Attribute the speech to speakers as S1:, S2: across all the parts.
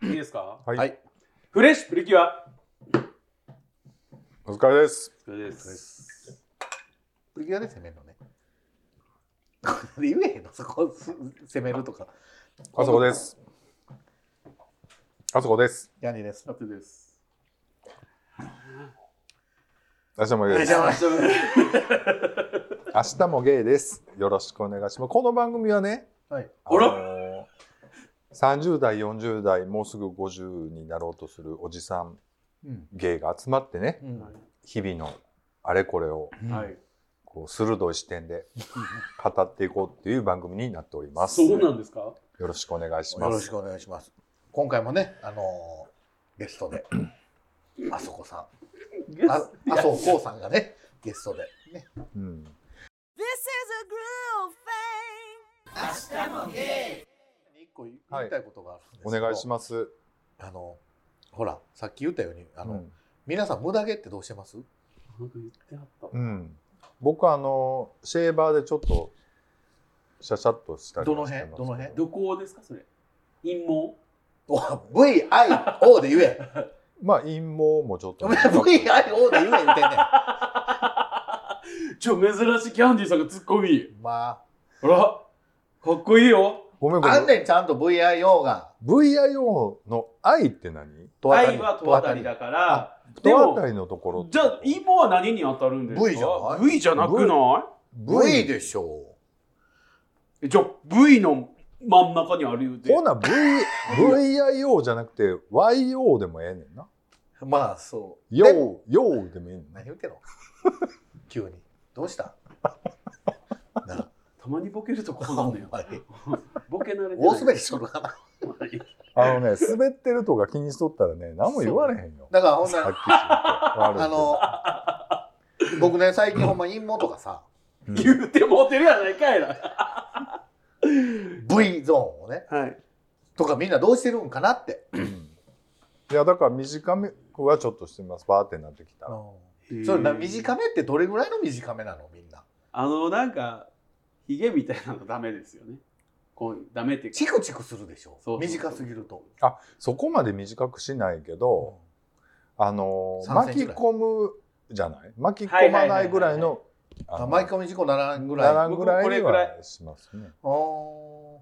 S1: ですか
S2: はい、
S3: はい
S1: フレッシュプリキュア
S2: お疲れです。
S1: それで
S3: それですすプリキュアで攻めるのね言えへんのそこす攻めるとか
S2: あそこです。あそこです。
S3: ヤニです
S1: あとです
S2: 明日もゲイです。
S3: 明
S1: 明日
S2: 明日もゲイです。よろしくお願いします。この番組はね、
S3: はい
S1: あら
S2: の30代、40代、もうすぐ50になろうとするおじさん
S3: うん
S2: ゲイが集まってね、
S3: うん
S2: 日々のあれこれを
S1: は
S3: はい
S1: い
S2: こう鋭い視点で語っていこうっていう番組になっております。
S1: そう
S2: よ
S1: なんですか
S2: ろしくお願いし
S3: よ
S2: ま
S3: ろし
S2: す。
S3: くお願いします今回もねあのーゲストであそこさんああそうこうさんがねゲストでね
S2: うん、
S4: This is a groove thing.
S3: 一個言いたいことがあるんですけ
S2: お
S3: ど
S2: 願いします。
S3: あのほらさっき言ったようにあ
S2: あ
S3: の、
S2: の、
S3: 皆さん無駄毛ってどうしてます
S1: なんか言ってはった
S2: うん、僕あのシェーバーでちょっとシャシャっとしたりはしてますけ
S3: どの辺ど
S1: どこですかそれ陰謀
S3: お VIO で言え
S2: まあ陰謀もちょっ とね、
S3: VIO で言え言うてんね
S1: ちょ珍しいキャンディーさんがツッコミ
S3: んま
S1: あらかっこいいよ
S2: ごめん
S3: あ
S2: ごめ
S3: あん
S2: ん
S3: ねんちゃんと VIO が
S2: VIO の愛って何
S1: 愛は戸当たりだからでも
S2: 戸当たりのところ
S1: じゃあ陰謀は何に当たるんですか
S3: V じゃない
S1: V じゃなくない
S3: 戸当たり V でしょ
S1: えじゃあ V の真ん中にあるよ
S2: ほ な v VIO じゃなくて YO でもええねんな
S3: うまあそう
S2: YO YO でもええねんな
S3: 何言うてんの 急にどうしたなあ
S1: たまにボケるとこうなん
S3: ほん
S1: だよ
S3: まに
S1: ボケ慣れてない
S3: 大滑りしとるかな
S2: あの ね滑ってるとか気にしとったらね何も言われへんよ
S3: だからほんな
S2: さっ
S3: ら
S2: き聞いて悪いけ
S3: あ
S2: ど
S3: の僕ね最近ほんま陰謀とかさ
S2: うん
S1: 言うてもうてるやないかいな
S3: V ゾーンをね
S1: はい
S3: とかみんなどうしてるんかなって、
S2: うんいやだから短めはちょっとしてますバーってなってきたら
S3: それな
S1: い
S3: 短めってどれぐらいの短めなのみんな
S1: あのなんかヒゲみたいなのダメですよねこうダメっていうか
S3: チクチクするでしょ
S1: そうそうそう
S3: 短すぎると、
S2: そこまで短くしないけど、あのー
S3: 3セン
S2: 巻
S3: チ
S2: き
S3: ぐらい
S2: 込むじゃない巻き込まないぐらいのあ
S3: あ
S2: の
S3: 毎回事故ならんぐらい
S2: な
S3: あ
S2: らんぐら
S1: 僕も
S2: い
S1: これ
S2: に
S1: ぐら
S2: はしますね
S3: ー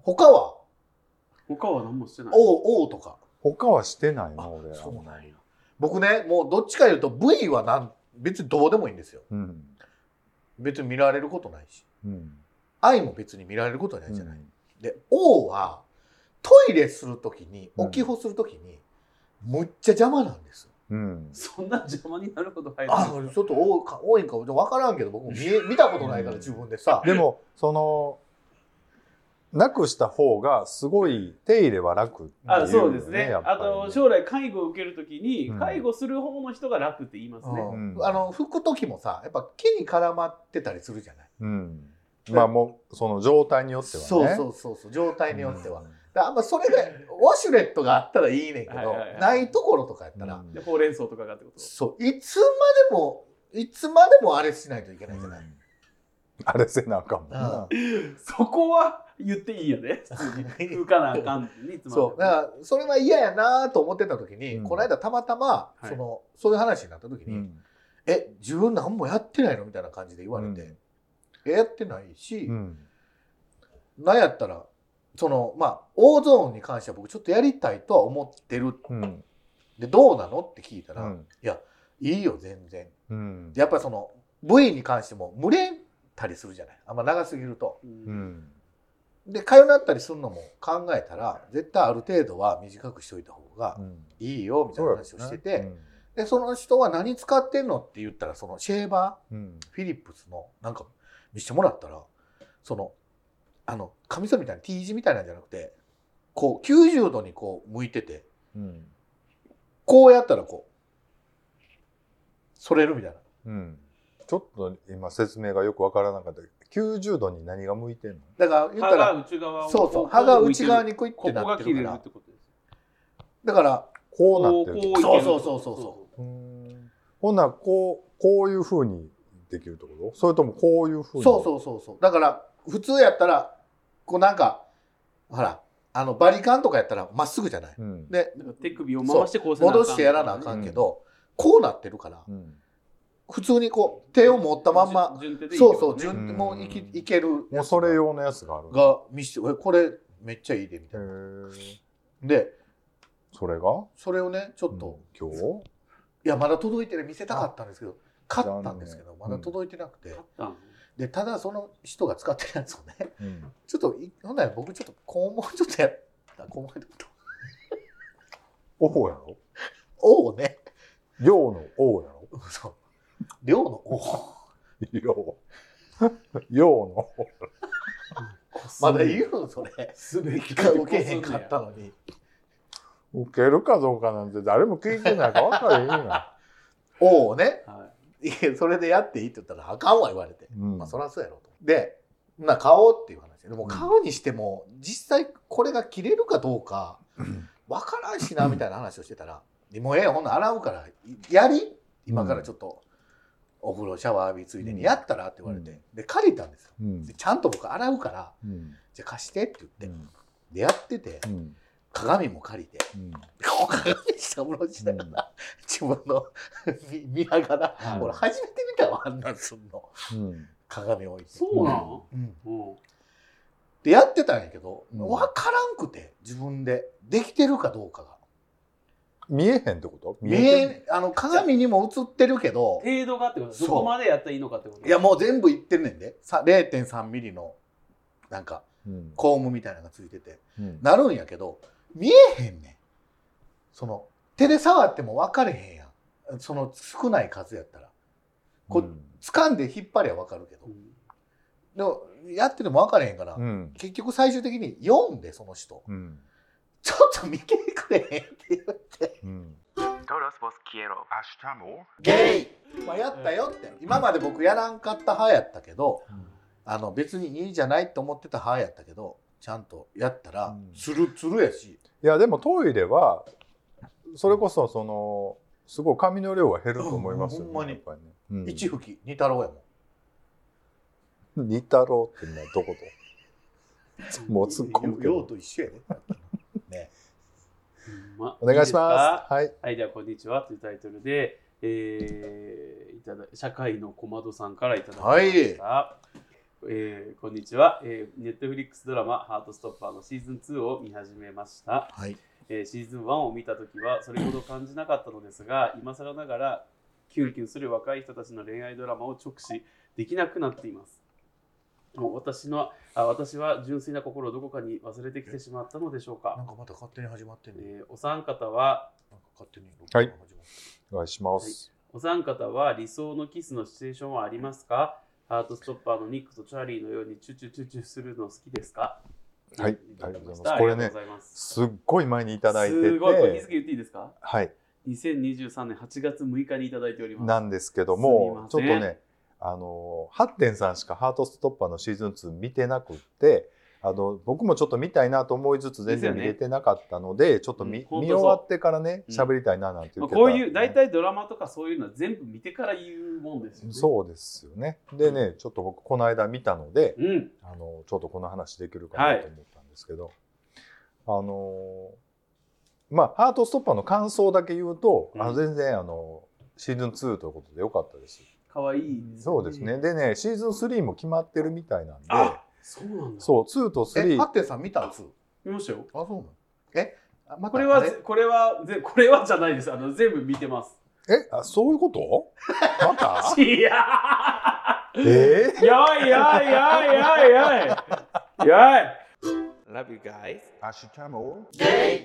S3: 他は
S1: 他は何もしてない
S3: おうおうとか
S2: 他はしてないの俺
S3: そうなんや僕ねもうどっちか言うと V はなん別にどうでもいいんですよ
S2: うん
S3: 別に見られることないし
S2: うん
S3: 愛も別に見られることないじゃない、
S2: うん
S3: で O はトイレするときに
S2: うん
S3: 置き干するときに、むっちゃ邪魔なんです
S2: うん
S1: そんな邪魔になること入
S3: あちょっと多いか多いんか分からんけど僕も見え見たことないから自分でさ
S2: でもそのなくした方がすごい手入れは楽っていうよ
S1: あそうですね
S2: やっぱ
S1: あ
S2: りね
S1: と将来介護を受けるときに、
S2: うん
S1: 介護する方の人が楽って言いますね、
S3: うん
S2: うん
S3: あの拭く時もさやっぱ毛に絡まってたりするじゃない、
S2: うんまあもうその状態によってはね
S3: そうそうそうそう状態によっては、
S2: うん
S3: だからまあそれがウォシュレットがあったらいいねんけど、
S1: はいはいはい
S3: ないところとかやったら、
S1: でほうれん草とかがってこと
S3: そういつまでもいつまでもあれしないといけないじゃない、
S2: あれせなあかんもんな。
S1: そこは言っていいよね普通に浮かなあかんねいつま
S3: そう
S1: で
S3: だ
S1: も
S3: からそれは嫌やなと思ってた時に、
S2: うん
S3: この間たまたま
S1: い
S3: その、そういう話になった時に「え自分何もやってないの?」みたいな感じで言われて「えやってないし、
S2: うん
S3: なんやったらそのまあ大ゾーンに関しては僕ちょっとやりたいとは思ってる
S2: うん
S3: でどうなの?」って聞いた
S2: う
S3: ら「
S2: ん
S3: いいよ全然
S2: うん」
S3: でやっぱりその V に関しても蒸れたりするじゃないあんま長すぎると。
S1: うん
S2: うん
S3: でかよなったりするのも考えたら絶対ある程度は短くしといた方が
S2: うん
S3: いいよみたいな話をしてて。
S2: うん
S3: でその人は何使ってんのって言ったらそのシェーバ
S2: うん
S3: ーフィリップスのなんか見してもらったらそのあのカミソリみたいな T 字みたいなんじゃなくてこう90度にこう向いてて
S2: うん
S3: こうやったらこうそれるみたいな
S2: うんちょっと今説明がよくわからなかったけど90度に何が向いてんの
S3: だから言っ
S1: 歯
S3: た
S1: が
S3: ら
S1: 内側を
S3: そうそう
S1: こ
S3: 歯が内側
S1: 向いてる
S3: にクイっ
S1: こ
S3: て
S1: こ
S3: なっ
S1: が
S3: て
S1: 切れ
S3: る
S1: る
S3: か
S1: っ
S3: ら
S1: てことです
S3: だから
S2: こうなってる
S1: こうこう
S2: と
S1: いける
S3: そうそうそうそう
S2: うんほなこうこういうふうにできるってことそれともこういうふう
S3: そう
S2: に
S3: そうそうそうだから普通やったらこうなんかほらあのバリカンとかやったらまっすぐじゃない。
S2: うん
S3: で
S1: だから手首を回してこうせなあかん
S3: 戻してやらなあかんけど、こうなってるから
S2: うん
S3: 普通にこう手を持ったまんま、
S1: 順順手でいい
S3: そうそう
S1: 順
S3: 順もういき
S2: うん
S3: いける
S2: もうそれ用のやつがある。
S3: が見せてえこれめっちゃいいでみ
S2: へ
S3: たいな。
S2: ー
S3: で
S2: それが
S3: それをねちょっと、
S2: 今日
S3: いやまだ届いてる見せたかったんですけど買ったんですけど
S2: 残
S3: ま
S2: 念
S3: だ届いてなくて、
S1: あ
S3: でただその人が使ってるやつをね
S2: うん
S3: ちょっといほんなら僕ちょっと肛門ちょっとやった肛門やった
S2: オフやろ
S3: 王をね
S2: 量の王やろ
S3: そう量の王
S2: 量。量の
S3: まだ言うのそれ
S1: すべき
S3: 一回受けへんかったのに
S2: 受けるかどうかなんて誰も聞いてないから分かれへんや
S3: 王をね
S1: はい
S3: やそれでやっていいって言ったらあかんわ言われて、
S2: ん。
S3: まあ
S2: う
S3: そりゃそうやろとでな買おうっていう話でもう買うにしても実際これが切れるかどうかわからんしなみたいな話をしてたら「もうええよほんなら洗うからやり今からちょっとお風呂シャワー浴びついでにやったら?」って言われてで借りたんですよ
S2: ん
S3: でちゃんと僕洗うから
S2: うん
S3: じゃあ貸してって言って、
S2: うん
S3: でやってて
S2: うん
S3: 鏡も借りて
S2: うん
S3: こう鏡下ろし ながら、自分の 見見ながら、
S1: はい
S3: 俺初めて見たわあんなんすんの
S2: うん
S3: 鏡置いて、
S1: そうなん、
S3: うん
S1: うん
S3: でやってたんやけど、
S2: うん
S3: 分からんくて自分でできてるかどうかが
S2: 見えへんってこと
S3: 見
S2: てる
S3: えあの鏡にも映ってるけど
S1: 程度がってこと
S3: そう
S1: どこまでやったらいいのかってこと
S3: いやもう全部いってんねんでさ0.3ミリのなんか
S2: うん
S3: コームみたいなのがついてて
S2: うん
S3: なるんやけど見えへんねんその手で触っても分かれへんやんその少ない数やったらこ
S2: うん
S3: 掴んで引っ張りゃ分かるけど
S1: うん
S3: でもやってても分かれへんから、
S2: うん
S3: 結局最終的に4でその人
S2: うん
S3: ちょっと見てくれへんっていう
S2: うん
S3: ゲイ、まあ、やったよって今まで僕やらんかった派やったけどあの別にいいじゃないと思ってた派やったけどちゃんとやったら
S2: うん
S3: ツルツルやし、
S2: いやでもトイレはそれこそそのすごい髪の量は減ると思いますよ、
S3: うんほんまに
S2: やっぱりねうん
S3: 一吹き二太郎やもん
S2: 似たろうってのはどこともう突っ込むけ
S3: 用
S2: ど
S3: と一緒やねね
S1: うんま
S2: お願いし
S1: ですか
S2: ますはい
S1: はい、では、こんにちはというタイトルで、えーいただ社会の小窓さんからいただきました。えーこんにちは、えー。ネットフリックスドラマ、ハートストッパーのシーズン2を見始めました。
S3: はい
S1: えーシーズン1を見たときは、それほど感じなかったのですが、今更ながら、キュンキュンする若い人たちの恋愛ドラマを直視できなくなっています。もう私のあ私は純粋な心をどこかに忘れてきてしまったのでしょう
S3: なん
S1: か。
S3: かまた勝手に始まってんね
S1: えーお三方は
S3: なんか勝手に録
S2: はい
S3: 音が始まって
S2: お願いします、
S1: お三方は理想のキスのシチュエーションはありますかハートストッパーのニックとチャーリーのようにチュチュチュチュするの好きですか
S2: はい
S1: ただきまし
S2: あ
S1: たあ
S2: り
S1: り
S2: が
S1: が
S2: と
S1: とう
S2: うご
S1: ございます。
S2: すっごい前にいただいて
S1: すごい、これ日付
S2: て
S1: 言っていいですか
S2: はい
S1: ?2023 年8月6日にいただいております。
S2: なんですけどもち
S1: す
S2: ょ
S1: み
S2: っ
S1: ませ
S2: と
S1: ん
S2: ねあの8.3しか「ハートストッパー」のシーズン2見てなくってあの僕もちょっと見たいなと思いつつ全
S1: ですよ
S2: 然見
S1: ね
S2: れてなかったのでちょっと
S1: うん
S2: 見,、
S1: 本当
S2: 見
S1: そう
S2: 終わってからね
S1: うん
S2: 喋りたいななんて
S1: まあ、
S2: 言って
S1: こういう、
S2: たんで
S1: 大
S2: ね
S1: 体ドラマとかそういうのは全部見てから言うもんですよね。
S2: そうですよねでねちょっと僕この間見たので
S1: うん。
S2: あのちょっとこの話できるかなと思ったんですけど、あのまあハートストッパーの感想だけ言うと、あ
S1: うん
S2: の全然あのシーズン2ということで良かったです
S1: かわいい、
S2: そうですね。。でね、シーズン3も決まってるみたいなんで、
S1: あそうなんだ。
S2: そう、2と
S3: えハ
S2: 3
S3: ッ、テンさん見たんすあ
S1: 見ましたよ。
S3: そうなのえあまた
S1: これは、
S3: あれ
S1: これは、ぜこれはじゃないです。あの、全部見てます。
S2: え、あそういう ことまた
S1: いやー
S2: え
S1: やいやいやいやいやいやい Love you guys
S2: ー、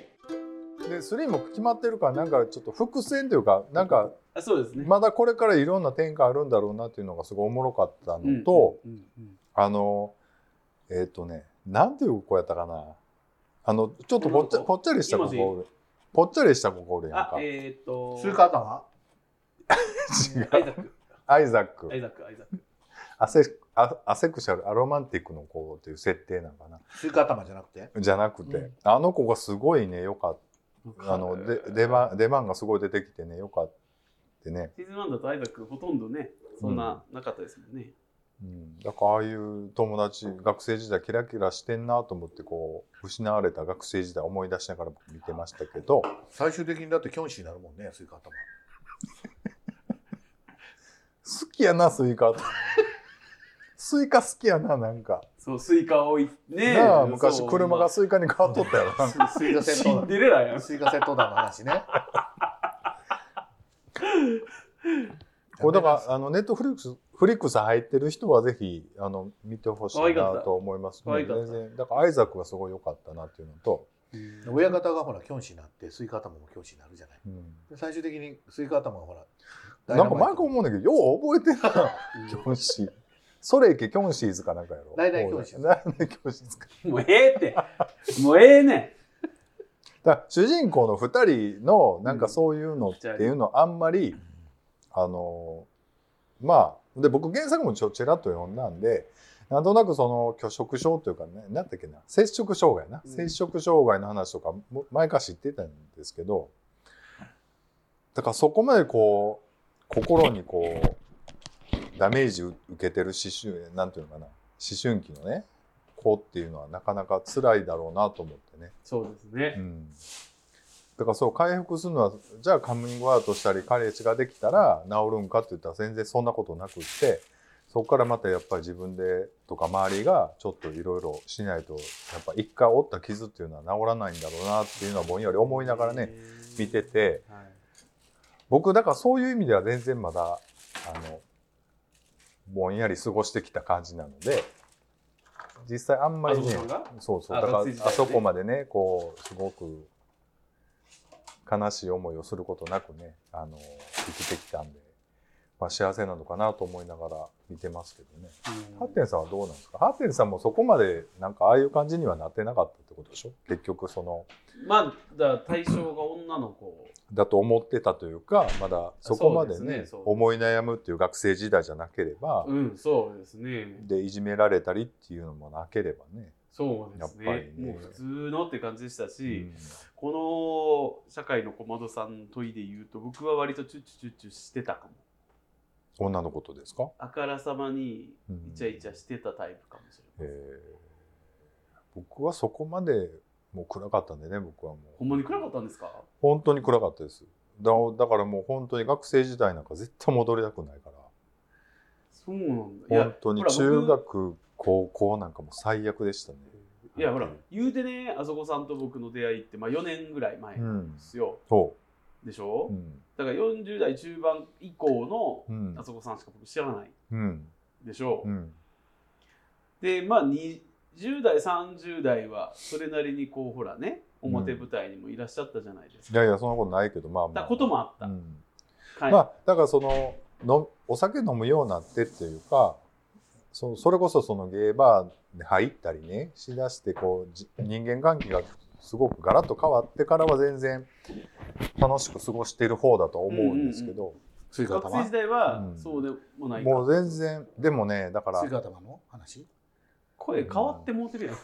S2: で、3も決まってるから、なんかちょっと伏線というか、なんか、
S1: あそうですね、
S2: まだこれからいろんな展開あるんだろうなっていうのがすごいおもろかったのと、
S1: うんうん
S2: あの、えっ、とね、なんていう子やったかな。あの、ちょっとぽっちゃぽっちゃりした子がおる。ぽっちゃりした子がおる
S1: うん
S2: やん
S1: あ
S2: か。
S1: えーっと
S3: スイカ頭
S2: 違う
S1: アイザック
S2: アイザック
S1: ア。イザックアイザック
S2: アセアアセクシャル、アロマンティックの子っていう設定なんかな。
S3: スイカ頭じゃなくて
S2: じゃなくて、
S3: うん
S2: あの子がすごいねよかったあので出番出番がすごい出てきてねよかったね
S1: シーズン1だとアイザックほとんどねそんななかったですもんね、
S2: うん、だからああいう友達学生時代キラキラしてんなと思ってこう失われた学生時代思い出しながら見てましたけど
S3: 最終的にだってキョンシーになるもんねスイカ頭
S2: 好きやなスイカ スイカ好きやななんか、
S1: そう、スイカを置いね
S2: なあ
S1: そう
S2: 昔車がスイカに変わっとったやろなんか
S3: スイカ
S1: シン
S3: 戦
S1: デレラやん
S3: 闘。スイカ戦闘団の話ね
S2: これだからあのネットフリックスフリックス入ってる人はぜひあの見てほし
S1: 可愛
S2: い
S1: かっ
S2: な
S1: た
S2: と思います
S1: 可愛かった
S2: 全然だからアイザックがすごい良かったなっていうのと、
S3: 親方がほらキョンシーになってスイカ頭もキョンシーになるじゃない
S2: うん
S3: で最終的にスイカ頭がほら
S2: なんか前から思うんだけどよう覚えてんなキョン シーソレイケキョンシーズかなんかやろ
S3: 大々キョンシーズ
S2: 大々キョンシーズか
S1: もうええって。もうええね
S2: だから主人公の2人のなんかそういうのっていうのあんまり、あのまあで僕原作もちょちらっと読んだんでなんとなくその拒食症というかね何だっけな摂食障害な、
S1: うん
S2: 摂食障害の話とかも前から知ってたんですけどだからそこまでこう心にこうダメージ受けてる思春なんていうのかな思春期のね子っていうのはなかなか辛いだろうなと思ってね。
S1: ん。そうですね
S2: う。んだからそう回復するのはじゃあカミングアウトしたり彼氏ができたら治るんかって言ったら全然そんなことなくってそこからまたやっぱり自分でとか周りがちょっといろいろしないとやっぱ一回負った傷っていうのは治らないんだろうなっていうのはぼんやり思いながらね
S1: ええ
S2: 見て。て
S1: はい
S2: 僕だからそういう意味では全然まだあのぼんやり過ごしてきた感じなので実際あんまりね
S1: あそうなんだ
S2: そうそう
S1: あ
S2: だから
S1: 学生時代ね
S2: あそこまでねこうすごく悲しい思いをすることなくねあの生きてきたんで、まあ、幸せなのかなと思いながら見てますけどね
S1: うん
S2: ハッテンさんはどうなんですかハッテンさんもそこまでなんかああいう感じにはなってなかったってことでしょ結局その
S1: まあ、だから対象が女の子。
S2: だと思ってたというかまだそこまで
S1: そうです
S2: ね
S1: ねそう
S2: 思い悩むっていう学生時代じゃなければ、
S1: うん、そうですね。
S2: でいじめられたりっていうのもなければね。
S1: そうです
S2: やっぱり
S1: ね。
S2: ね
S1: もう普通のって感じでした
S2: う
S1: し、
S2: ん
S1: この社会の小窓さんの問いで言うと、僕は割とチュッチュチュッチュしてたかも。
S2: 女のことですか、
S1: あからさまに
S2: うん
S1: イチャイチャしてたタイプかもし
S2: え
S1: れない。
S2: ー僕はそこまでもう暗かったんでね僕はも
S1: ほ
S2: うん
S1: まに暗かったんですか
S2: 本当に暗かったですだだからもう本当に学生時代なんか絶対戻りたくないか
S1: そうなんだ。い
S2: ら
S1: や
S2: 本、当に
S1: ほら僕
S2: 中学高校なんかもう最悪でしたね、
S1: いやほら言うてねあそこさんと僕の出会いって、まあ、4年ぐらい前
S2: う
S1: なん
S2: ん
S1: ですよ、
S2: そ
S1: でしょ、
S2: ううん
S1: だから40代中盤以降
S2: う
S1: の
S2: ん
S1: あそこさんしか僕知らない
S2: うん
S1: でしょ、
S2: うん
S1: でまあ20代30代はそれなりにこうほらね表舞台にもいらっしゃったじゃないです
S2: い
S1: か、
S2: やいやそんなことないけどまあま
S1: だ
S2: あ
S1: こともあった、
S2: うん
S1: はい、
S2: まあ、だからそののお酒飲むようになってっていうかそそれこそそのゲーバーに入ったりねしだしてこうじ人間関係がすごくガラッと変わってからは全然楽しく過ごしている方だと思うんですけど、
S3: スイカ
S1: 学生
S3: 頭
S1: 時
S3: ス
S1: 代は
S2: うん
S1: そうでもないか、
S2: もう全然でもねだから
S3: イカ頭の話
S1: 声変わってもうてるやん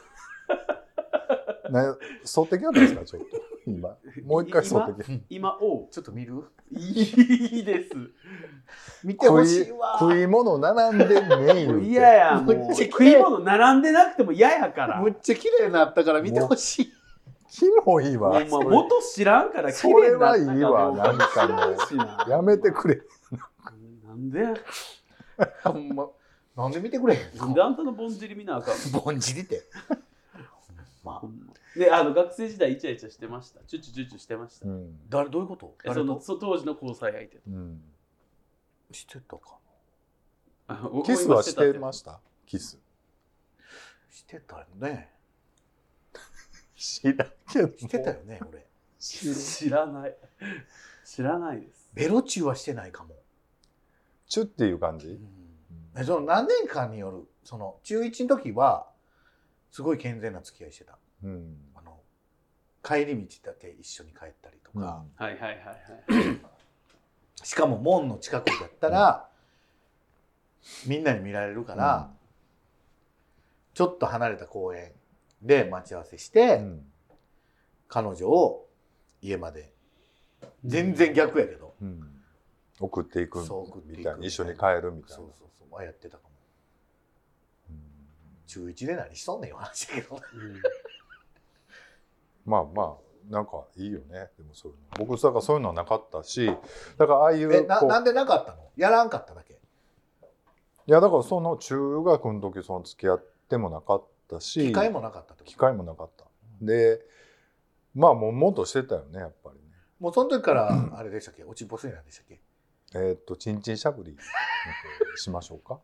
S2: なそう的なんですかちょっと今もう一回そう的
S1: 今 おう
S3: ちょっと見る
S1: いいです
S3: 見てほ
S2: 食い
S3: しいわ
S2: 食い物並んでねえ
S1: も
S2: 言う
S1: う
S2: て
S1: 嫌やも
S3: め
S1: う
S3: っちゃ
S1: 食い物並んでなくても嫌やから
S3: むっちゃ綺麗になったから見てほしい
S2: キモいわ
S1: ほんま元知らんから
S2: そ
S1: 綺麗
S2: れ
S1: にな
S2: は
S1: っ
S2: い
S1: た
S2: いわなんかもう
S1: か
S2: やめてくれ
S1: れなんで
S3: ほんまなんで見てくれへん
S1: 二
S3: の
S1: 段とのぼんじり見なあかん
S3: ぼんじりてま
S1: ほんまであの学生時代イチャイチャしてましたチュチュチュチュしてました
S2: うん
S3: 誰どういうこと
S1: え
S3: 誰
S1: その
S3: と
S1: そ当時の交際相手と
S2: うん
S3: してたか
S1: あ僕
S2: キ
S1: も
S2: ス
S1: 今
S2: はして
S1: た
S2: ましたキス。
S3: してたよね
S2: 知らんけど。
S3: してたよね俺
S1: って知らない知らないです
S3: ベロチューはしてないかも、
S2: チュっていう感
S3: う
S2: じ
S3: ん、えその何年間によるその中1の時はすごい健全な付き合いしてた
S2: うん。
S3: あの帰り道だけ一緒に帰ったりと
S2: うん
S3: か、
S1: はいはいはいはい
S3: しかも門の近くだったら、みんなに見られるから、ちょっと離れた公園で待ち合わせして、
S2: うん
S3: 彼女を家まで全然逆やけど、
S2: うん送っていく
S3: そう送っていく
S2: みたいな。一緒に帰るみたい
S3: そ
S2: な
S3: う。そうそうあやってたかも中1で何しとんねんいう話 やけどな
S2: まあまあなんかいいよねでもそういうの僕だからそういうのはなかったしだからああい
S3: え
S2: う
S3: な
S2: こう
S3: なんでなかったのやらんかっただけ
S2: いやだからその中学の時その付き合ってもなかったし
S3: 機会もなかったってこと
S2: 機会もなかったでまあ悶々としてたよねやっぱりね
S3: もうその時からあれでしたっけ落ちぼすいなんでしたっけ
S2: えーっとチンチンしゃぶりしましょうか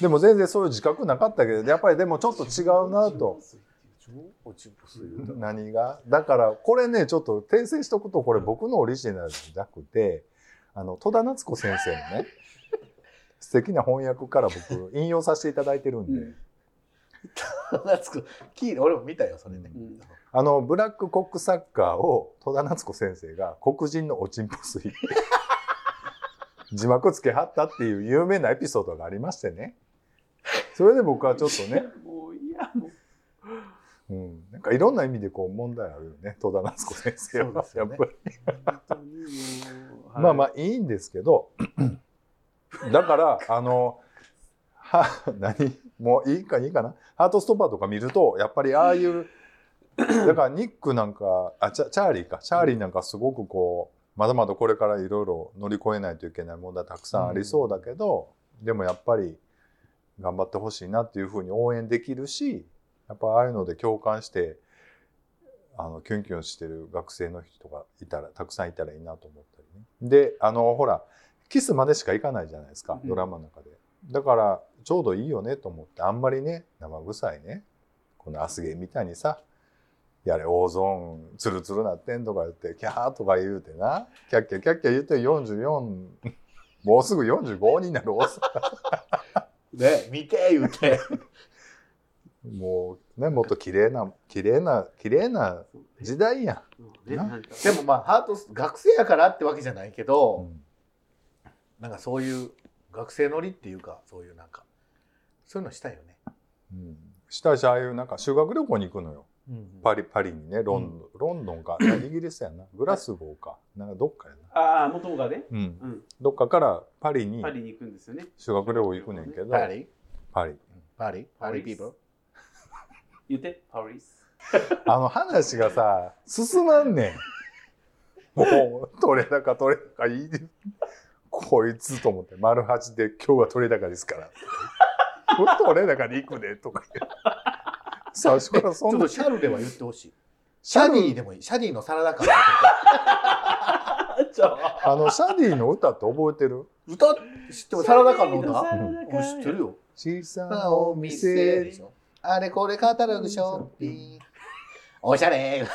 S2: でも全然そういう自覚なかったけどやっぱりでもちょっと違うなと
S3: 落ちぼす
S2: 何がだからこれねちょっと訂正しとくとこれ僕のオリジナルじゃなくてあの戸田夏子先生のね素敵な翻訳から僕引用させていただいてるんで、
S3: 懐く聞いて俺も見たよそれね、
S1: うん
S2: あのブラックコックサッカーを戸田夏子先生が黒人のおちんぽすい って字幕つけはったっていう有名なエピソードがありましてねそれで僕はちょっとね、
S1: もういやもう
S2: うん、なんかいろんな意味でこう問題あるよね戸田夏子先生
S3: そう
S2: は
S3: です
S2: や
S3: よ
S2: っ
S3: ね
S2: ぱり。
S1: 本当にもう、
S2: まあま
S1: あ
S2: あいいんですけどだからあのは何もういいかいいかなハートストッパーとか見るとやっぱりああいうだからニックなんかあチャチャーリーかチャーリーなんかすごくこうまだまだこれからいろいろ乗り越えないといけない問題たくさんありそうだけど、でもやっぱり頑張ってほしいなっていうふうに応援できるしやっぱああいうので共感してあのキュンキュンしてる学生の人がいたらたくさんいたらいいなと思ったりね。であのほらキスまでしかいかないじゃないですか
S1: うん
S2: ドラマの中で。だからちょうどいいよねと思ってあんまりね生臭いねこのアスゲーみたいにさやれ大ゾーンツルツルなってんとか言ってキャーとか言うてなキャッキャキャッキャ言って44もうすぐ45になるおっさん
S3: ね見て言うて
S2: もうね、もっと綺麗な、綺麗な、綺麗な時代や
S1: ねなんか
S3: でもまあハートス学生やからってわけじゃないけ
S2: ん。
S3: ど、なんかそういう学生乗りっていうかそういうなんかそういうのしたいよね、
S2: うんしたし、ああいうなんか修学旅行に行くのよ。パリ、パリにね、ロンドン、ロンドンか、 あイギリスやな、グラスゴーか、なんかどっかやな。
S1: ああ元がね、
S2: うん、
S1: うん、
S2: どっかからパリに
S1: パリに行くんですよね
S2: 修学旅行行くねんけど、
S3: パリ
S2: パリ。
S3: パリパリ
S1: パリ
S3: ピープ
S1: 言ってパリス
S2: あの話がさ、進まんね ん。もう、取れ高取れ高いい。こいつと思って、丸八で今日は取れ高ですから。取れ高に行くねとか言う。最初から
S3: ル
S2: そ
S3: ちょ
S2: ん
S3: っ
S2: な
S3: と。シャルでは言ってほしいシャディでもいいシャディのサラダ感
S1: あちょ
S2: あの、シャディの歌って覚えてる
S3: 歌知ってもサラダ感の
S1: サラ
S3: 歌
S1: ダ
S3: 俺
S1: 感
S3: 知ってるよ
S2: 小さ
S3: ま
S2: な
S3: あお
S2: お
S3: 店で
S2: 店。
S3: しょあれこれカタログショッピングおしゃれ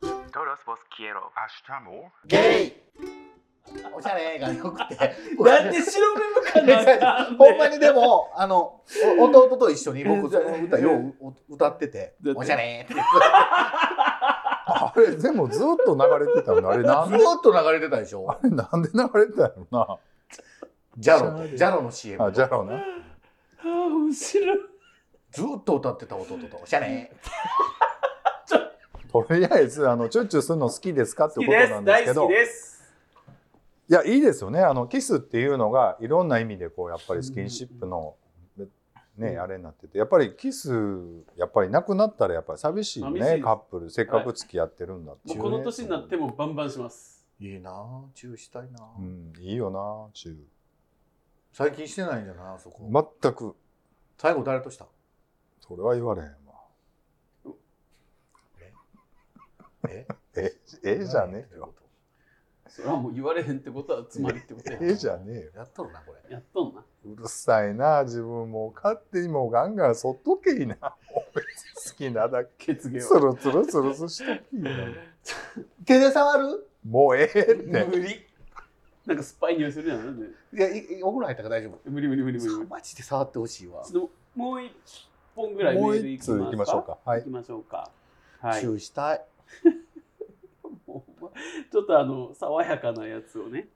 S5: Todos vos quiero. Hasta amor.
S3: ゲイおしゃれがよくて
S1: なんで白目向かなあかんね
S3: ほんまにでもあのお弟と一緒に僕その歌ようお歌ってて
S1: だって
S3: おしゃれってず
S2: あれ、でもずっと流れてたの。あれ、なん で、
S3: っと流れてたでしょ
S2: あれ、なんで流れてたの
S3: ジャロジャロの CM
S2: な。あ、じゃろうな。
S1: あー面白い
S3: ずっと歌ってた弟とおしゃれ
S2: とりあえず、あの、チュッチュするの好きですかってことなんですけど。
S1: です
S2: いや、いいですよね。あの、キスっていうのが、いろんな意味で、こう、やっぱりスキンシップの、ね、あれになってて、やっぱりキス、やっぱりなくなったら、やっぱり寂しいよ
S1: 寂しいで
S2: ね、
S1: す
S2: カップル。せっかく付き合ってるんだって
S1: も
S2: いううね
S1: この年になってもバンバンします
S3: いいなぁチューしたいなぁ
S2: うん、いいよな、チュ
S3: 最近してないんじゃないあそこ
S2: ー。全く、
S3: 最後誰とした
S2: それは言われへんわ。
S3: え
S2: え、ええじゃねえよ。
S1: それはもう言われへんってことはつまりってことや
S2: ええじゃねえよ。
S3: やっとるなこれ
S1: やっとんな
S2: うるさいな、自分も。勝手にもうガンガンそっとけいな。もう別に好きなだけ。
S1: 血芸
S2: つ
S1: は
S2: るつるつるつしときいな。
S3: 手で触る
S2: もうええって。
S1: 無理なんか酸っぱい匂いするやんなんで
S3: いやいいお風呂入ったから大丈夫
S1: 無理無理無理無理無
S3: マジで触ってほしいわ
S1: 理ちょっともう一本ぐらい
S2: も
S1: メ
S2: う
S1: ールい
S2: 一
S1: き
S2: 通行きま
S1: ま
S2: し
S1: す
S2: ょう
S1: か
S2: か。はい
S1: 行。きましょうかは
S3: チ
S1: い
S3: ューしたい
S1: もうちょっとあの爽やかなやつをね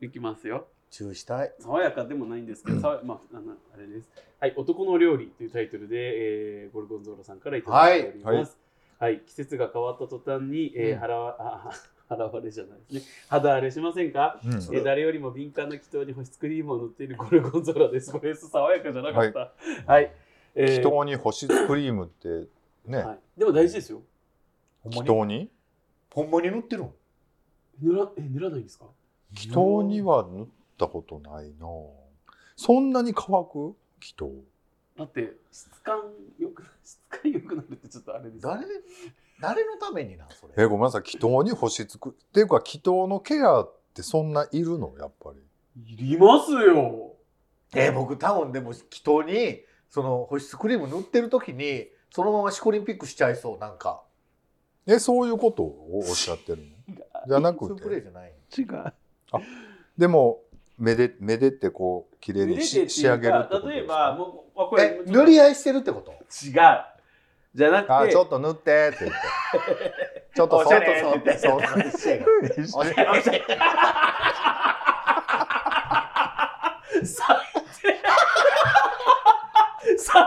S1: いきますよ
S3: チューしたい
S1: 爽やかでもないんです けど、爽やまあ、あのあれです。はい、男の料理というタイトルで、えーゴルゴンゾーラさんからいただいております。
S2: はいはい
S1: はい、季節が変わった途端に、
S3: う
S1: え
S3: ん
S1: ー、腹わ、あ腹割れじゃないですね。肌荒れしませんか、
S2: うん
S1: えー誰よりも敏感な気筒に保湿クリームを塗っているゴルゴンゾーラです。これ、爽やかじゃなかった。はい。えー
S2: 人に保湿クリームってね、
S1: はい、でも大事ですよ。
S3: ほんまに
S2: 人に
S3: ほんまに塗ってるん
S1: 塗ら、え、塗らないんですか
S2: 人には塗ったことないなそんなに乾く人
S1: だって、質感よく、 質感よくなるってちょっとあれです。
S3: 誰誰のためになんそ
S2: え
S3: れ
S2: ごめんなさい祈祷に保湿くっていうか祈祷のケアってそんないるのやっぱり
S1: いりますよ。
S3: え僕多分でも祈祷にその保湿クリーム塗ってる時にそのままシコリンピックしちゃいそうなんか
S2: えそういうことをおっしゃってる のじゃな
S3: そうい
S2: く
S3: うプレー
S2: て
S3: じゃない
S1: 違う。
S2: でも目で目でってこう綺麗
S1: 塗れ
S2: に
S1: てって
S2: し仕上げ
S1: いう
S2: る
S1: か
S2: ってこと
S1: 例え
S2: です
S1: ば、
S2: か
S1: もう、あこ
S3: え
S1: れ、
S3: 塗り合いしてるってこと
S1: 違う。じゃなくて、
S2: あち ょっと塗ってって言ってちょっと
S3: おしゃれ
S2: そう
S3: って
S2: そう
S3: おしゃれおしゃれ
S1: 最低最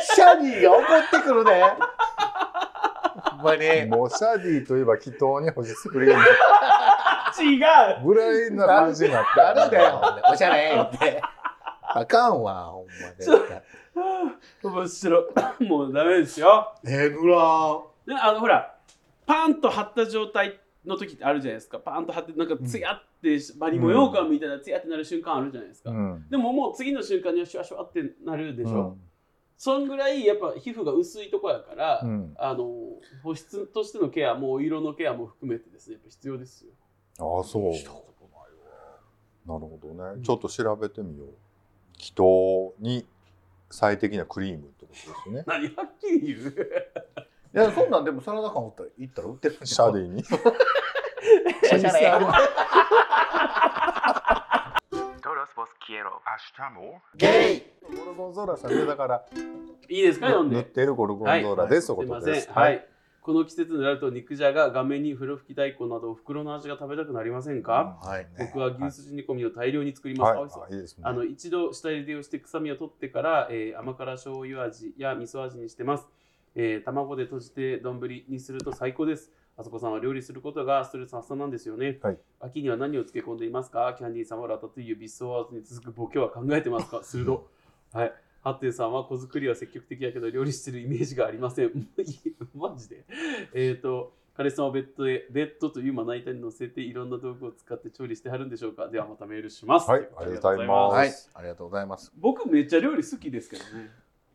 S3: シャニーが怒ってくるねほんまに
S2: もうシャディといえば祈祷に保湿クリーム
S1: 違う
S2: ぐらいな感じになった
S3: 誰だよおしゃれ言ってあかんわほんま
S1: そ
S3: に
S1: 面白いもうダメですよ
S3: えー、塗らん
S1: であのほらパンと張った状態の時ってあるじゃないですかパンと張ってなんかツヤってバリ模様感みたいなツヤってなる瞬間あるじゃないですか、
S2: うん
S1: でももう次の瞬間にはシュワシュワってなるでしょ、
S2: うん
S1: そんぐらいやっぱ皮膚が薄いとこやから、
S2: うん
S1: あの保湿としてのケアもお色のケアも含めてですねやっぱ必要ですよ
S2: ああそう
S3: したことない
S2: なるほどね、
S1: うん
S2: ちょっと調べてみよう祈祷に最適なクリームってことですね
S1: 何はっきり言う
S3: いやそんなんでもサラダ感売ったら行ったら売ってる
S2: シャディに
S3: おしゃれ
S5: Todos vos quiero. Ashtamo.
S3: ゲイ
S2: ゴルゴンゾーラさんねだから
S1: いいですか読ん
S2: 塗っ
S1: で
S2: てるゴルゴンゾーラですということです
S1: いません。はい。この季節になると肉じゃが、画面に風呂吹き大根などお袋の味が食べたくなりませんか、
S3: はい
S1: 僕は牛すじ煮込みを大量に作ります。あ美味しそう
S2: はい、あいいですね
S1: あの一度下茹でをして臭みを取ってから、えー甘辛醤油味や味噌味にしてます、えー卵で閉じて丼にすると最高ですあそこさんは料理することがストレス発散なんですよね、
S2: はい
S1: 秋には何を漬け込んでいますかキャンディーさんはラタトゥイユビスソワーズに続くボケは考えてます か鋭はいハッテンさんは子作りは積極的やけど料理してるイメージがありません マジでえっ、と彼氏さんはベッドへベッドというまな板に乗せていろんな道具を使って調理してはるんでしょうかではまたメールします
S2: はいありがとうございます
S3: はいありがとうございます
S1: 僕めっちゃ料理好きですけどね。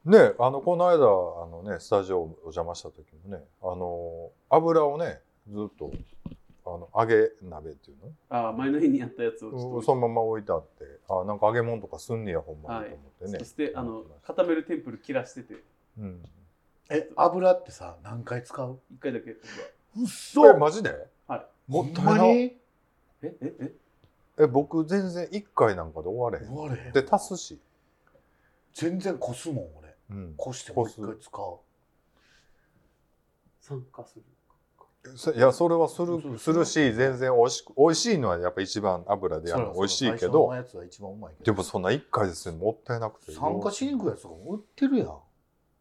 S2: ねあのこの間あのねスタジオお邪魔した時もねあの油をねずっとあの揚げ鍋っていうの
S1: ああ、前の日にやったやつをちょっと
S2: そのまま置いてあってあなんか揚げ物とかすんねやほんまにと思ってね、
S1: そしてあの固めるテンプル切らしてて
S2: うん
S3: え油ってさ何回使う
S1: 一回だけ僕は
S2: そうえマジで
S1: はい
S2: もったい
S3: ほん
S2: な
S3: まに
S1: えええ
S2: え僕全然1回なんかで終われへん
S3: 終われへん
S2: で足すし、
S3: 全然こすもん俺
S2: うん、
S3: こしてもう一回使う
S1: 参加する。
S2: そいやそれはす
S3: そうそ
S2: る
S3: う
S2: するし全然美味しく美味しいのはやっぱ一番油でやるの美味しいけど
S3: 最初のやつは一番うまいけ
S2: で
S3: ど
S2: もそんな1回ですねもったいなくて
S3: 酸化しにくいやつとかも売ってるやん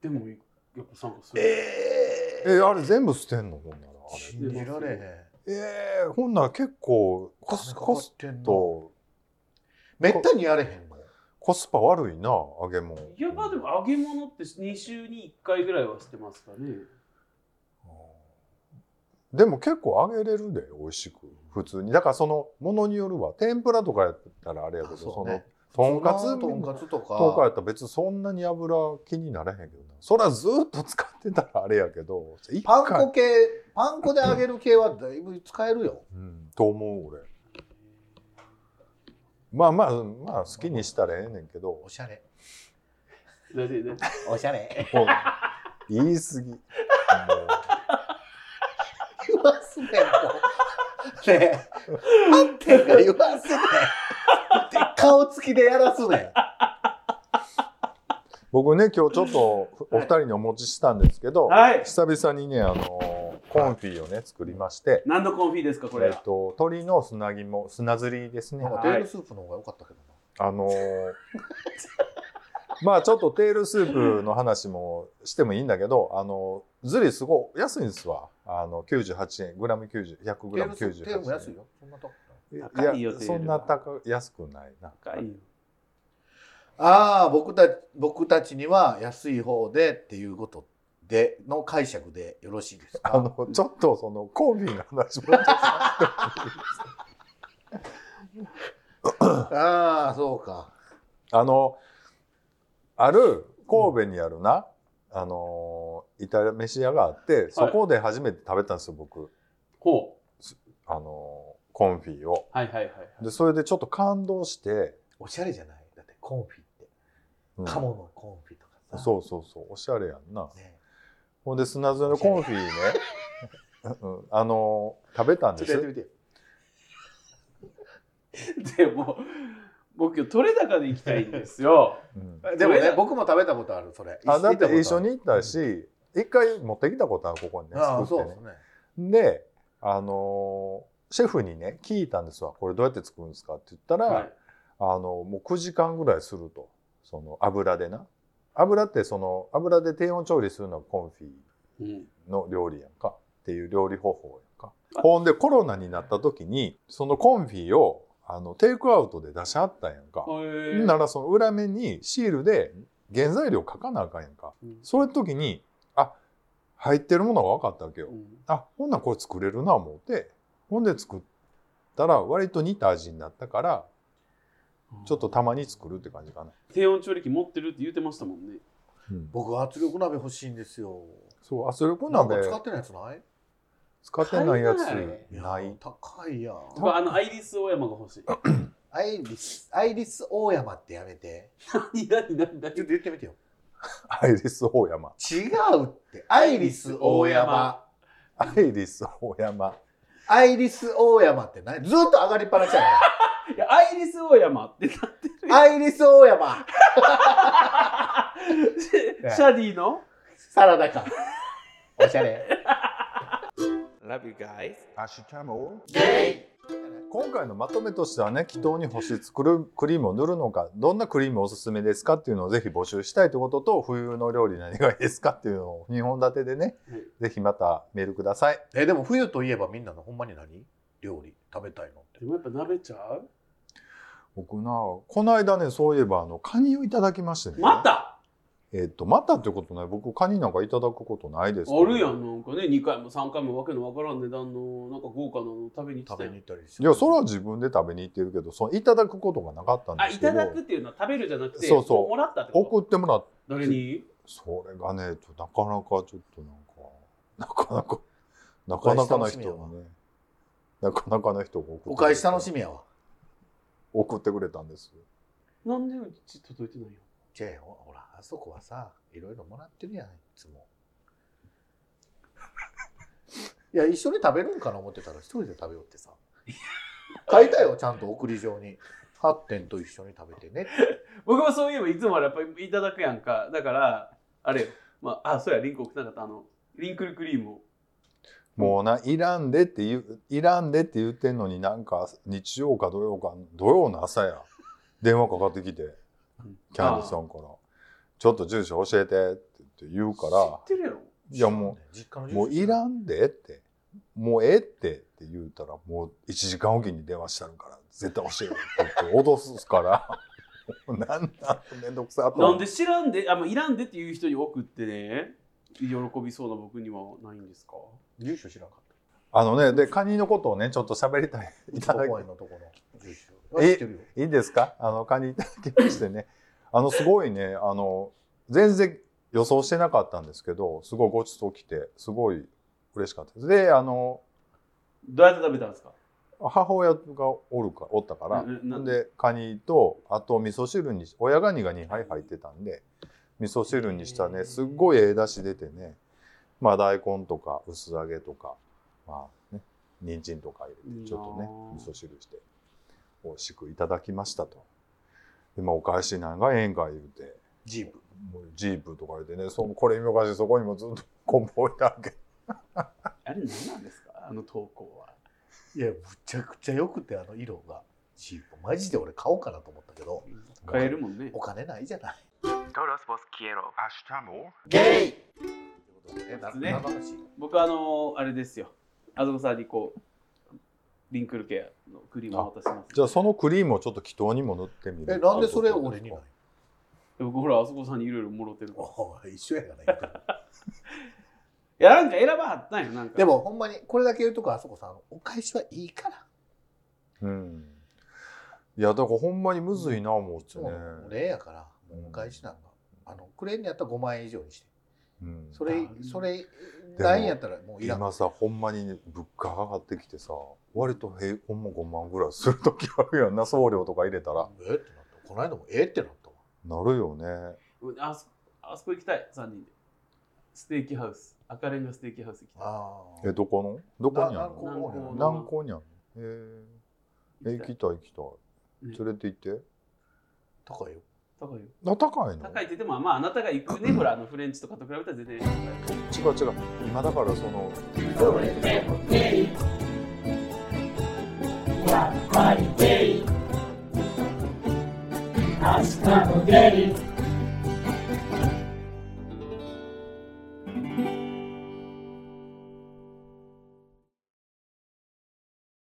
S1: でもやっぱ参加する。
S3: え
S2: えあれ全部捨てんのほんならあれ
S3: 信じられへん
S2: えー、ほんなら結構コスコス
S3: てんの
S2: と
S3: めったにやれへんもん
S2: コスパ悪いな揚げ物
S1: いやまあでも揚げ物って二週に一回ぐらいはしてますかね。
S2: でも結構揚げれるで美味しく普通にだからそのものによるわ天ぷらとかやったらあれやけど
S3: あ
S2: そ,、
S3: そう
S2: の
S3: ね
S2: とんかつ
S3: とんかつとか
S2: とかやったら別にそんなに油気にならへんけどなそらずっと使ってたらあれやけど一
S3: パ
S2: 回
S3: ン粉系パン粉で揚げる系はだいぶ使えるよ
S2: うん、と思う俺まあまあうんまあ好きにしたらええねんけど
S3: おしゃれ
S1: だってね。
S3: おしゃれ
S2: もう言い過ぎもう
S3: 言わすねもうねえパンテンが言わすねで顔つきでやらすね
S2: 僕ね今日ちょっとお二人にお持ちしたんですけど、
S1: はい。
S2: 久々にねあのコンフィをね作りまして、
S1: 何のコンフィですかこ
S2: え
S1: れ
S2: っ。と鶏の砂肝砂ずりですね
S3: なんか
S1: はい
S3: デールスープの方が良かったけどな
S2: あのー まあちょっとテールスープの話もしてもいいんだけど、あの、ズリすごい安いんですわ。あの、98円、グラム90、100グ
S3: テ
S2: ラ
S3: ー
S2: ム
S3: ル
S2: 98
S3: ス
S2: 円。
S3: テールも安いよ。そんなとこ
S1: 高いよテ
S2: や
S1: ール
S2: そ
S1: は
S2: んな高く安くないな。
S1: 高いよ。
S3: ああ、僕た僕たちには安い方でっていうことでの解釈でよろしいです
S2: あ
S3: か。
S2: の、ちょっとその、コンビの話も。
S3: ああ、そうか。
S2: あの、ある神戸にあるな、あの、イタリア飯屋があって、そこで初めて食べたんですよ、僕。
S1: ほ
S2: あの、コンフィを。
S1: う。はいはいはいはい。
S2: で、それでちょっと感動して、
S3: おしゃれじゃない。だってコンフィって、
S2: うん
S3: 鴨のコンフィとかさ。
S2: そうそうそう、おしゃれやんな。
S3: ね
S2: ほんで、砂添のコンフィね、 うんあの、食べたん
S3: ちょ
S2: で
S3: っとやっ
S2: す。
S3: てみてよ。
S1: でも、僕今日取れ高で行きたいんですよ。
S2: うん
S3: でも
S1: それ
S3: ね
S1: だ、
S3: 僕も食べたことある、それ。
S2: あだって一緒に
S3: 行
S2: 行ったし、一回持ってきたことある、ここに
S3: っ
S2: ね、
S3: たことあ
S2: 作っ
S3: るああ、そう
S2: て
S3: で
S2: ね
S3: す。ね。
S2: で、あのーシェフにね、聞いたんですわ。これどうやって作るんですかって言ったら、
S1: はい。
S2: あの、もう9時間ぐらいすると。その油でな。油ってその、油で低温調理するのがコンフィ
S1: うん、
S2: の料理やんか。っていう料理方法やんか。ほんでコロナになった時に、そのコンフィを、あの、テイクアウトで出しはったんやんか。
S1: へえ
S2: ならその裏面にシールで原材料書かなあかんやんか。
S1: うん
S2: そういう時に、あ、入ってるものが分かったわけよ
S1: う。ん
S2: あほんならこれ作れるな思ってほんで作ったら割と似た味になったからちょっとたまに作るって感じかな、
S1: 低温調理器持ってるって言ってましたもんね。
S3: 僕、圧力鍋欲しいんですよ。
S2: そう圧力
S3: なん
S2: 鍋
S3: か使ってないやつない
S2: 使ってないやつ
S1: 買え
S3: いや
S2: ない
S3: 高いやん。
S1: 僕はあのアイリスオーヤマが欲しい。
S3: アイリス、アイリス大山ってやめて。
S1: 何何何何
S3: ちょっと言ってみてよ。
S2: アイリス大山
S3: 違うって。アイリス大山。
S2: アイリス大山
S3: アイリス大山って何ずっと上がりっぱなしや
S1: いやアイリスオーヤマってな
S3: な。アイリス大山。
S1: シャディの
S3: サラダか。おしゃれ。
S5: Love you guys. 明日も
S2: 今回のまとめとしてはね祈祷に保湿クルクリームを塗るのかどんなクリームおすすめですかっていうのをぜひ募集したいということと冬の料理何がいいですかっていうのを2本立てでね、ぜひまたメールください
S3: え、でも冬といえばみんなのほんまに何料理食べたいのって
S1: で。もやっぱ鍋ちゃう
S2: 僕なこの間ねそういえばあのカニをいただきましてね
S1: また
S2: えっとまたってことない僕カニなんかいただくことないですけど
S1: あるやんなんかね2回も3回もわけのわからん値段のなんか豪華なの食べに来
S3: 食
S1: た
S3: べ
S1: や
S3: に
S1: ん
S3: 行ったりして。
S2: いやそれは自分で食べに行ってるけどそのいただくことがなかったん
S1: あ
S2: です
S1: い
S2: けど
S1: ただくっていうのは食べるじゃなくて
S2: そうそう
S1: ももらったってこと
S2: 送ってもらって
S1: 誰に
S2: それがねちょなかなかちょっとなんかなかなかなかなかな人がねなかなかな人が送ってくれて
S3: お返し楽しみやわ。
S2: 送ってくれたんです
S1: なんでうち届いてないよ
S3: じゃあ、ほら、あそこはさ、いろいろもらってるやん、いつも。いや、一緒に食べるんかな思ってたら、一人で食べようってさ。書いたよ、ちゃんと送り状に。8点と一緒に食べてね。
S1: 僕もそういえばいつもあれやっぱりいただくやんかだからあれよまああそうやリンク送ってなかったあのリンクルクリームを
S2: もうないらんでって言ういらんでって言ってんのになんか日曜か土曜か土曜の朝や 電話かかってきてキャンディさんから「ちょっと住所教えて」って言うから
S1: 知ってるやろ
S2: 「いやも
S3: 実家の
S2: う
S3: 住所
S2: もういらんで」って「もうええって」って言うたらもう1時間おきに電話したるから絶対教えよって言って脅すから 「もうなんなんめんどくさ」と
S1: な
S2: 思
S1: ん
S2: っ
S1: で
S2: て
S1: 知らんであもういらんでっていう人に送ってね喜びそうな僕にはないんですか
S3: 住所知らんかっ
S2: あのねでカニのことをねちょっと喋りたい
S3: た。
S2: いただき
S3: 公園のとこの住所。
S2: え
S3: 知ってるよ。
S2: いいですかあのカニいただきましてね あのすごいねあの全然予想してなかったんですけどすごいごちそう来てすごい嬉しかったですであの
S1: どうやって食べたんですか
S2: 母親がおるかおったから
S1: なな
S2: ほんでカニとあと味噌汁に親ガニが2杯入ってたんで味噌汁にした
S3: へ
S2: ね
S3: ー
S2: すっごいええだし出てねまあ大根とか薄揚げとかまあね人参とか入れてちょっとね
S1: いいなあ
S2: 味噌汁して美味しくいただきましたと。でまあお返しなんかええんか言うて
S3: ジープ。
S2: もうジープとか言うてねそのこれ見よかしそこにもずっと 梱包置いてあるけど
S1: あれ何なんですかあの投稿は。
S3: いや、むちゃくちゃ良くて、あの色が。ジープ。マジで俺買おうかなと思ったけど、
S1: 買えるもんね
S3: お。金ないじゃない。
S5: Todos vos quiero.
S3: ゲイえ、な、
S1: ね
S3: 何の話
S1: 僕はあのあれですよあずこさんにこうリンクルケアのクリームを渡します
S2: じゃあそのクリームをちょっと祈祷にも塗ってみる
S3: え、なんでそれ俺にない
S1: で僕ほらあそこさんにいろいろもろてるから
S3: おい一緒やから言うてる
S1: いやなんか選ばはったんやなんか
S3: でもほんまにこれだけ言うとこあそこさんお返しはいいから
S2: うんいやだからほんまにむずいな思うっ
S3: い
S2: て
S3: つ
S2: ね
S3: ものお礼やからもうお返しなんかあのくれんのやったら5万円以上にして
S2: うん
S3: それそれ
S2: も
S3: ないんやったらもういらん
S2: 今さほんまにね物価が上がってきてさ割とへほんま5万ぐらいする時あるやんな送料とか入れたら
S3: えってなったこの間もえってなったわ
S2: なるよね
S1: あそあそこ行きたい3人でステーキハウス赤レンガステーキハウス行きたい
S3: あ
S2: えどこのどこにある
S3: な
S2: の
S3: 南高
S1: 南高
S2: 南港にあるのへええ
S1: 行き
S2: 行
S1: たい
S2: きたい行きた
S1: ね
S2: い連れて行って
S3: 高いよ
S1: 高いよ
S2: あ高いの
S1: 高いって言ってもまああなたが行くねほらあのフレンチとかと比べたら全然
S2: 違う違う今だからその
S6: Hasta spaghetti.